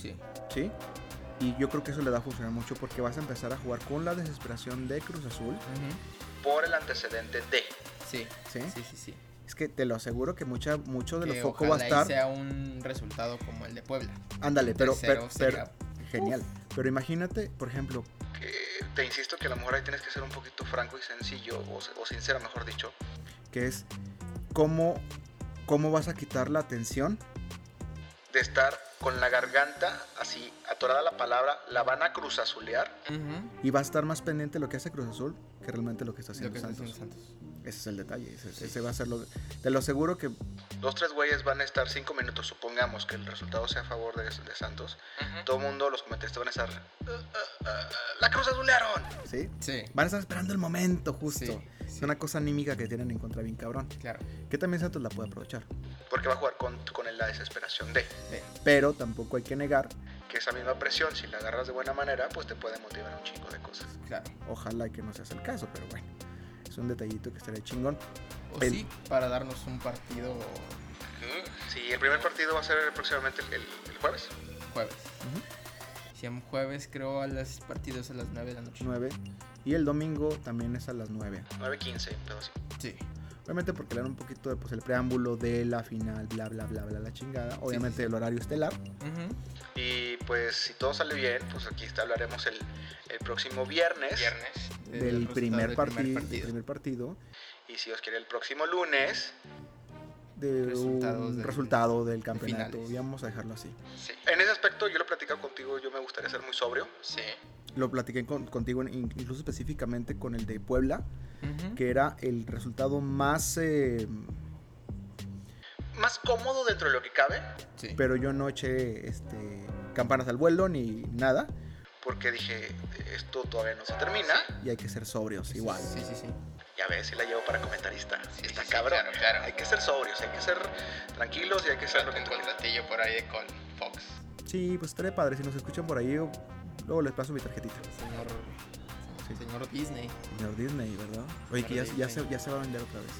Speaker 1: Sí.
Speaker 2: ¿sí? Y yo creo que eso le va a funcionar mucho porque vas a empezar a jugar con la desesperación de Cruz Azul.
Speaker 1: Ujú.
Speaker 4: por el antecedente de.
Speaker 1: sí.
Speaker 2: ¿sí?
Speaker 1: Sí, sí, sí.
Speaker 2: Es que te lo aseguro que mucha, mucho de los
Speaker 1: que
Speaker 2: foco va a
Speaker 1: ojalá y
Speaker 2: estar.
Speaker 1: sea un resultado como el de Puebla.
Speaker 2: Ándale, pero, pero,
Speaker 1: Tercero
Speaker 2: pero-
Speaker 1: sería-
Speaker 2: genial. Pero imagínate, por ejemplo,
Speaker 4: que te insisto que a lo mejor ahí tienes que ser un poquito franco y sencillo, o, o sincero, mejor dicho.
Speaker 2: que es cómo, cómo vas a quitar la atención.
Speaker 4: De estar con la garganta así atorada la palabra, la van a cruzazulear.
Speaker 1: Ujú.
Speaker 2: Y vas a estar más pendiente de lo que hace Cruz Azul que realmente lo que está
Speaker 1: Lo
Speaker 2: haciendo
Speaker 1: que está
Speaker 2: Santos.
Speaker 1: haciendo Santos.
Speaker 2: Ese es el detalle. Ese, ese va a ser lo. Te lo aseguro que
Speaker 4: Los tres güeyes van a estar cinco minutos, supongamos que el resultado sea a favor de, de Santos.
Speaker 5: Ujú.
Speaker 4: Todo el mundo, los comentaristas van a estar. "Ah, ah, ah, ah, ¡La cruzazulearon!
Speaker 2: ¿sí?
Speaker 1: Sí.
Speaker 2: van a estar esperando el momento justo.
Speaker 1: Sí,
Speaker 2: Es
Speaker 1: sí.
Speaker 2: una cosa anímica que tienen en contra bien cabrón.
Speaker 1: Claro.
Speaker 2: Que también Santos la puede aprovechar.
Speaker 4: Porque va a jugar con, con la desesperación de.
Speaker 1: Eh,
Speaker 2: Pero tampoco hay que negar,
Speaker 4: Que esa misma presión, si la agarras de buena manera, pues te puede motivar un chingo de cosas.
Speaker 1: claro.
Speaker 2: ojalá que no se hace el caso, pero bueno, es un detallito que estaría chingón.
Speaker 1: O
Speaker 2: El-
Speaker 1: sí, para darnos un partido
Speaker 4: Sí, el primer partido va a ser aproximadamente el- el- el jueves.
Speaker 1: jueves. Si en jueves creo a las partidos a las 9 de la noche.
Speaker 2: 9 y el domingo también es a las 9.
Speaker 4: 9.15, pero sí.
Speaker 1: Sí.
Speaker 2: Obviamente porque le dan un poquito de pues el preámbulo de la final, bla bla bla bla la chingada. Obviamente
Speaker 1: sí.
Speaker 2: el horario estelar.
Speaker 1: Ujú.
Speaker 4: Y pues si todo sale bien, pues aquí está, hablaremos el, el próximo viernes.
Speaker 5: Viernes.
Speaker 1: El
Speaker 2: Del
Speaker 1: resultado
Speaker 2: primer,
Speaker 1: del primer
Speaker 2: partido, del
Speaker 1: partido.
Speaker 2: primer partido,
Speaker 4: Y si Dios quiere, el próximo lunes.
Speaker 2: de
Speaker 1: Resultados
Speaker 2: un
Speaker 1: del-
Speaker 2: resultado del campeonato.
Speaker 1: finales.
Speaker 2: Y vamos a dejarlo así.
Speaker 5: Sí.
Speaker 4: En ese aspecto yo lo he platicado contigo, yo me gustaría ser muy sobrio.
Speaker 5: Sí.
Speaker 2: Lo platiqué con- contigo, in- incluso específicamente con el de Puebla,
Speaker 1: Ujú.
Speaker 2: que era el resultado más. eh,
Speaker 4: Más cómodo dentro de lo que cabe,
Speaker 1: Sí.
Speaker 2: pero yo no eché este, campanas al vuelo ni nada.
Speaker 4: porque dije, esto todavía no se termina.
Speaker 2: y hay que ser sobrios igual.
Speaker 1: Sí, sí, sí.
Speaker 4: Ya ves, si la llevo para comentarista.
Speaker 5: Sí,
Speaker 4: está
Speaker 5: sí, sí,
Speaker 4: cabrón.
Speaker 5: claro, claro.
Speaker 4: Hay que ser sobrios, hay que ser tranquilos y hay que ser lo que
Speaker 5: Un
Speaker 4: tú quieras.
Speaker 5: contratillo por ahí de con Fox.
Speaker 2: Sí, pues estaría padre. Si nos escuchan por ahí, yo- luego les paso mi tarjetita.
Speaker 1: Señor,
Speaker 2: Sí.
Speaker 1: señor Disney.
Speaker 2: Señor Disney, ¿verdad? Oye, que ya, ya se, ya se va a vender otra vez.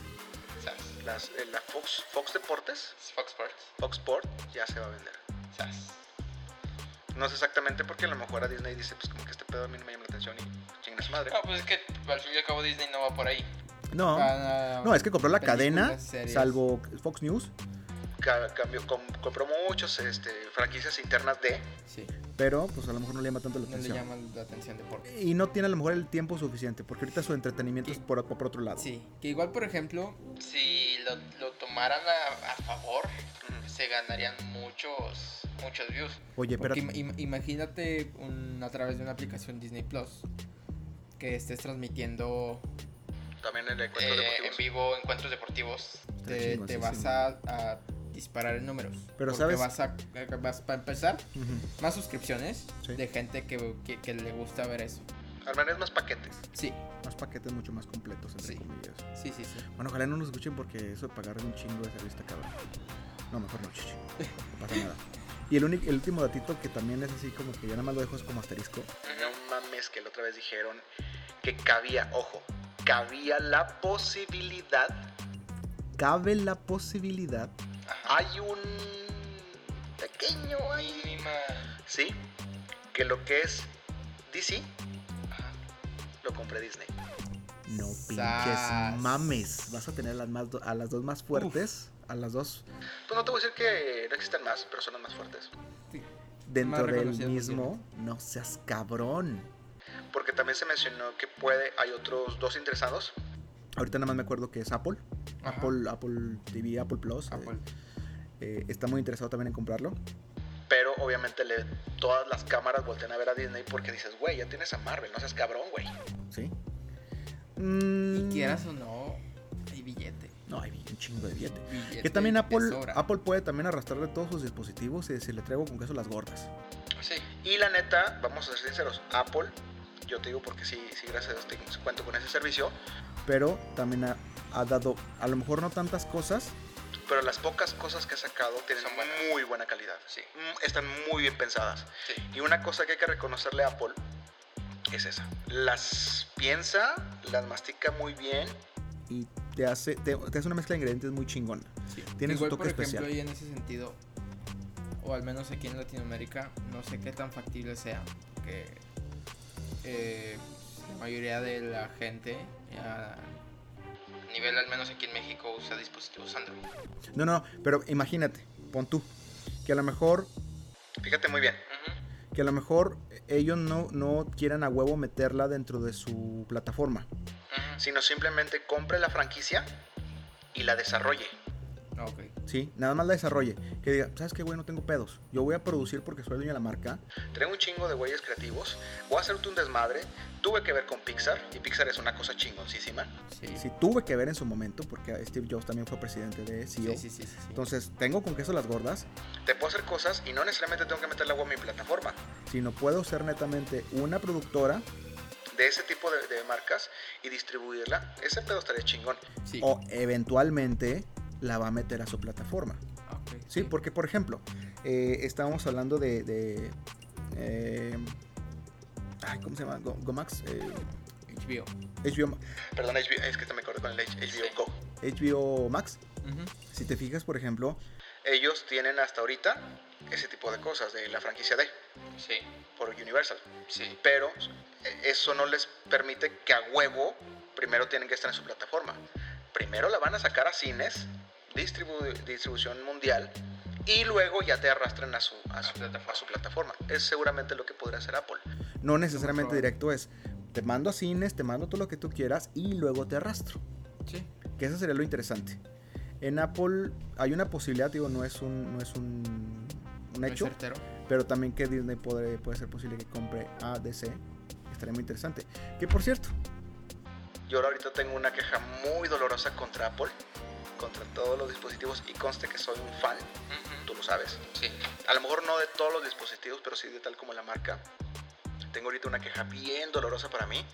Speaker 5: Sas.
Speaker 4: Las- eh, la Fox, Fox Deportes,
Speaker 5: Fox Sports.
Speaker 4: Fox Sport, ya se va a vender.
Speaker 5: Sas.
Speaker 4: No sé exactamente porque a lo mejor a Disney dice, pues como que este pedo a mí no me llama la atención y chinga su madre.
Speaker 5: No, pues es que al fin y al cabo Disney no va por ahí.
Speaker 2: No,
Speaker 1: Para
Speaker 2: no, es que compró la cadena,
Speaker 1: Ah, películas, series.
Speaker 2: salvo Fox News,
Speaker 4: Ca- cambió, com- compró muchas este, franquicias internas de.
Speaker 1: Sí.
Speaker 2: pero pues a lo mejor no le llama tanto la
Speaker 1: No le
Speaker 2: atención.
Speaker 1: llama la atención deporte.
Speaker 2: Y no tiene a lo mejor el tiempo suficiente, porque ahorita su entretenimiento
Speaker 1: Y-
Speaker 2: es por, por otro lado.
Speaker 1: Sí. Que igual, por ejemplo,
Speaker 5: Si lo, lo tomaran a, a favor, se ganarían muchos, muchos views.
Speaker 2: Oye, pero
Speaker 1: Porque im- im- imagínate un- a través de una aplicación Disney Plus que estés transmitiendo,
Speaker 4: También el
Speaker 5: Eh,
Speaker 4: encuentro
Speaker 5: en
Speaker 4: deportivo.
Speaker 5: vivo, encuentros deportivos.
Speaker 1: te, te vas a, a disparar en números.
Speaker 2: Pero
Speaker 1: porque
Speaker 2: ¿sabes?
Speaker 1: Vas a, vas para empezar más suscripciones
Speaker 2: Sí.
Speaker 1: de gente que, que- que le gusta ver eso.
Speaker 4: Al menos más paquetes.
Speaker 1: Sí,
Speaker 2: Más paquetes mucho más completos, entre
Speaker 1: Sí.
Speaker 2: comillas.
Speaker 1: sí, sí, sí.
Speaker 2: Bueno, ojalá no nos escuchen porque eso de pagar un chingo de servicio está cabrón. No, mejor no, chichi. No pasa nada. Y el, único- el último datito que también es así como que ya nada más lo dejo es como asterisco.
Speaker 4: No mames que la otra vez dijeron que cabía, ojo, cabía la posibilidad.
Speaker 2: Cabe la posibilidad.
Speaker 5: Ajá.
Speaker 4: Hay un pequeño ahí.
Speaker 5: Mínima.
Speaker 4: Sí, que lo que es DC
Speaker 5: Ajá.
Speaker 4: lo compré Disney.
Speaker 2: No
Speaker 1: Sas.
Speaker 2: pinches mames. Vas a tener las más do- a las dos más fuertes. A las dos
Speaker 4: Pues no te voy a decir que no existen más, pero son las más fuertes.
Speaker 1: Sí.
Speaker 2: dentro del
Speaker 1: reconocidas,
Speaker 2: mismo. No seas cabrón.
Speaker 4: Porque también se mencionó que puede, hay otros dos interesados.
Speaker 2: Ahorita nada más me acuerdo que es Apple.
Speaker 1: Ajá.
Speaker 2: Apple, Apple TV, Apple Plus. eh,
Speaker 1: Apple.
Speaker 2: eh, está muy interesado también en comprarlo.
Speaker 4: Pero obviamente le, todas las cámaras voltean a ver a Disney porque dices, güey, ya tienes a Marvel, no seas cabrón, güey.
Speaker 2: ¿Sí?
Speaker 1: Y
Speaker 2: Mm,
Speaker 1: quieras o no, hay billete.
Speaker 2: No, hay un chingo de billete.
Speaker 1: billete
Speaker 2: Que también
Speaker 1: de
Speaker 2: Apple,
Speaker 1: sobra.
Speaker 2: Apple puede también arrastrarle todos sus dispositivos y decirle traigo con queso las gordas.
Speaker 5: Sí,
Speaker 4: Y la neta, vamos a ser sinceros, Apple, yo te digo porque sí, sí gracias a Dios tengo- cuento con ese servicio,
Speaker 2: Pero también ha, ha dado, a lo mejor no tantas cosas,
Speaker 4: pero las pocas cosas que ha sacado tienen
Speaker 5: Son buenas.
Speaker 4: muy buena calidad.
Speaker 5: Sí.
Speaker 4: Mm, Están muy bien pensadas.
Speaker 5: sí.
Speaker 4: Y una cosa que hay que reconocerle a Apple es esa. Las piensa, las mastica muy bien.
Speaker 2: y te hace, te, te hace una mezcla de ingredientes muy chingona.
Speaker 1: Sí.
Speaker 2: tiene su
Speaker 1: Igual,
Speaker 2: toque
Speaker 1: por ejemplo,
Speaker 2: especial.
Speaker 1: ahí en ese sentido, o al menos aquí en Latinoamérica, no sé qué tan factible sea que eh, pues, la mayoría de la gente eh, ya-
Speaker 5: Nivel al menos aquí en México usa dispositivos Android.
Speaker 2: No, no, pero imagínate, pon tú, que a lo mejor,
Speaker 4: Fíjate muy bien.
Speaker 5: Ujú.
Speaker 2: que a lo mejor ellos no, no quieran a huevo meterla dentro de su plataforma.
Speaker 5: Ujú.
Speaker 4: Sino simplemente compre la franquicia y la desarrolle.
Speaker 1: Ah, ok.
Speaker 2: Sí, nada más la desarrolle. Que diga, ¿sabes qué, güey? No tengo pedos. Yo voy a producir porque soy dueño de la marca.
Speaker 4: Traigo un chingo de güeyes creativos. Voy a hacerte un desmadre. Tuve que ver con Pixar. Y Pixar es una cosa chingoncísima.
Speaker 1: Sí, sí,
Speaker 2: Sí, tuve que ver en su momento, porque Steve Jobs también fue presidente de CEO.
Speaker 1: sí, sí, sí, sí.
Speaker 2: Entonces, tengo con queso las gordas.
Speaker 4: Te puedo hacer cosas y no necesariamente tengo que meter la web en mi plataforma.
Speaker 2: Si no puedo ser netamente una productora
Speaker 4: De ese tipo de, de marcas y distribuirla. Ese pedo estaría chingón.
Speaker 1: Sí.
Speaker 2: o eventualmente la va a meter a su plataforma.
Speaker 1: Ah, ok,
Speaker 2: Sí, porque por ejemplo, eh, estábamos hablando de... de, eh, ay, ¿Cómo se llama? Go- Gomax. eh,
Speaker 1: HBO.
Speaker 2: HBO, Ma-
Speaker 4: Perdón, HBO, es que te me acordé con el H- HBO
Speaker 5: Sí.
Speaker 4: Go.
Speaker 2: HBO Max.
Speaker 1: Ujú.
Speaker 2: Si te fijas, por ejemplo,
Speaker 4: Ellos tienen hasta ahorita ese tipo de cosas de la franquicia D
Speaker 5: Sí,
Speaker 4: por Universal.
Speaker 5: sí.
Speaker 4: Pero eh, eso no les permite que a huevo primero tienen que estar en su plataforma. Primero la van a sacar a cines, distribu- distribución mundial, y luego ya te arrastran a su, a su, a su plataforma. Es seguramente lo que podría hacer Apple.
Speaker 2: no necesariamente
Speaker 1: probable.
Speaker 2: directo es, te mando a cines, te mando todo lo que tú quieras y luego te arrastro.
Speaker 1: Sí.
Speaker 2: Que eso sería lo interesante. En Apple hay una posibilidad, digo, no es un, no es un, un
Speaker 1: No es
Speaker 2: hecho,
Speaker 1: certero.
Speaker 2: pero también que Disney podré- puede ser posible que compre a DC. Estaría muy interesante. Que por cierto,
Speaker 4: Yo ahorita tengo una queja muy dolorosa contra Apple, contra todos los dispositivos, y conste que soy un fan,
Speaker 5: Ujú.
Speaker 4: tú lo sabes.
Speaker 5: Sí.
Speaker 4: A lo mejor no de todos los dispositivos, pero sí de tal como la marca. Tengo ahorita una queja bien dolorosa para mí,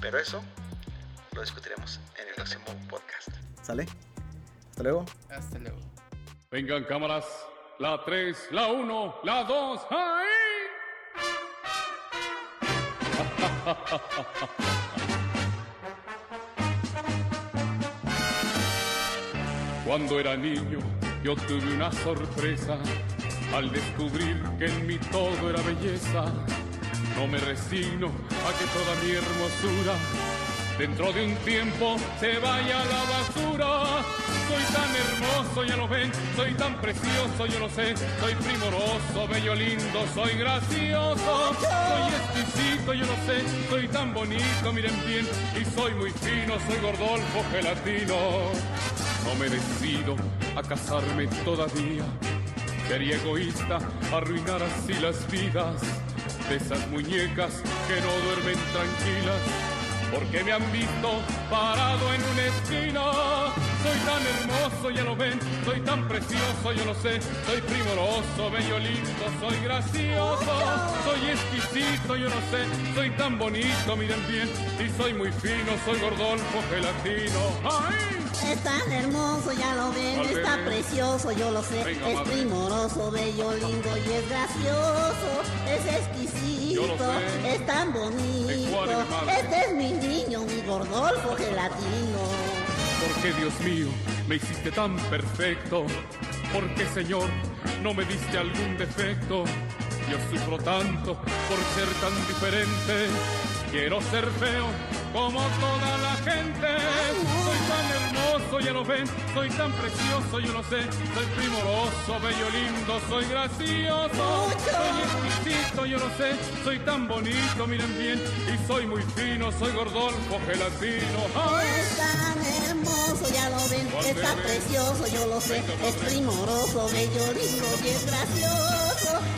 Speaker 4: pero eso lo discutiremos en el próximo podcast.
Speaker 2: ¿sale? Hasta luego.
Speaker 1: Hasta luego.
Speaker 6: Vengan cámaras. La 3, la 1, la 2. ¡Ahí! Cuando era niño yo tuve una sorpresa al descubrir que en mí todo era belleza. No me resigno a que toda mi hermosura dentro de un tiempo se vaya a la basura. Soy tan hermoso, ya lo ven, soy tan precioso, yo lo sé, soy primoroso, bello, lindo, soy gracioso, soy exquisito, yo lo sé, soy tan bonito, miren bien, y soy muy fino, soy gordolfo, gelatino. No me decido a casarme todavía. Sería egoísta arruinar así las vidas de esas muñecas que no duermen tranquilas. Porque me han visto parado en una esquina. Soy tan hermoso, ya lo ven. Soy tan precioso, yo lo sé. Soy primoroso, bello, lindo, soy gracioso. Soy exquisito, yo lo sé. Soy tan bonito, miren bien. Y soy muy fino, soy gordolfo, gelatino. ¡Ay!
Speaker 7: Es tan hermoso, ya lo ven,
Speaker 6: Al
Speaker 7: está
Speaker 6: bebé.
Speaker 7: precioso, yo lo sé.
Speaker 6: Venga,
Speaker 7: es
Speaker 6: madre.
Speaker 7: primoroso, bello, lindo y es gracioso. Es
Speaker 6: Yo
Speaker 7: exquisito,
Speaker 6: lo sé.
Speaker 7: es tan bonito.
Speaker 6: Encuadre, madre.
Speaker 7: Este es mi niño, mi gordolfo gelatino.
Speaker 6: ¿Por qué, Dios mío, me hiciste tan perfecto? ¿Por qué, Señor, no me diste algún defecto? Yo sufro tanto por ser tan diferente. Quiero ser feo como toda la gente. Soy tan hermoso, ya lo ven, soy tan precioso, yo lo sé. Soy primoroso, bello, lindo, soy gracioso. Soy exquisito, yo lo sé, soy tan bonito, miren bien. Y soy muy fino, soy gordolfo, gelatino. ¡Ay!
Speaker 7: Es tan hermoso, ya lo ven, es tan precioso, yo lo sé. Es primoroso, bello, lindo y es gracioso.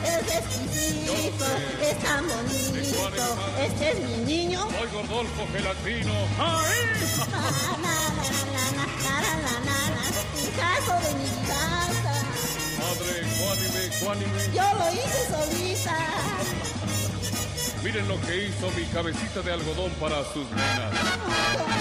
Speaker 7: Es exquisito, es tan bonito. Este es mi niño.
Speaker 6: Soy gordolfo, gelatino. ¡Ay!
Speaker 7: La, la, la, la, la, la, la, la, la, la. Picasso de mi casa,
Speaker 6: Madre, cuánime, cuánime.
Speaker 7: yo lo hice solita.
Speaker 6: Miren lo que hizo mi cabecita de algodón para sus nenas.
Speaker 7: Mucho.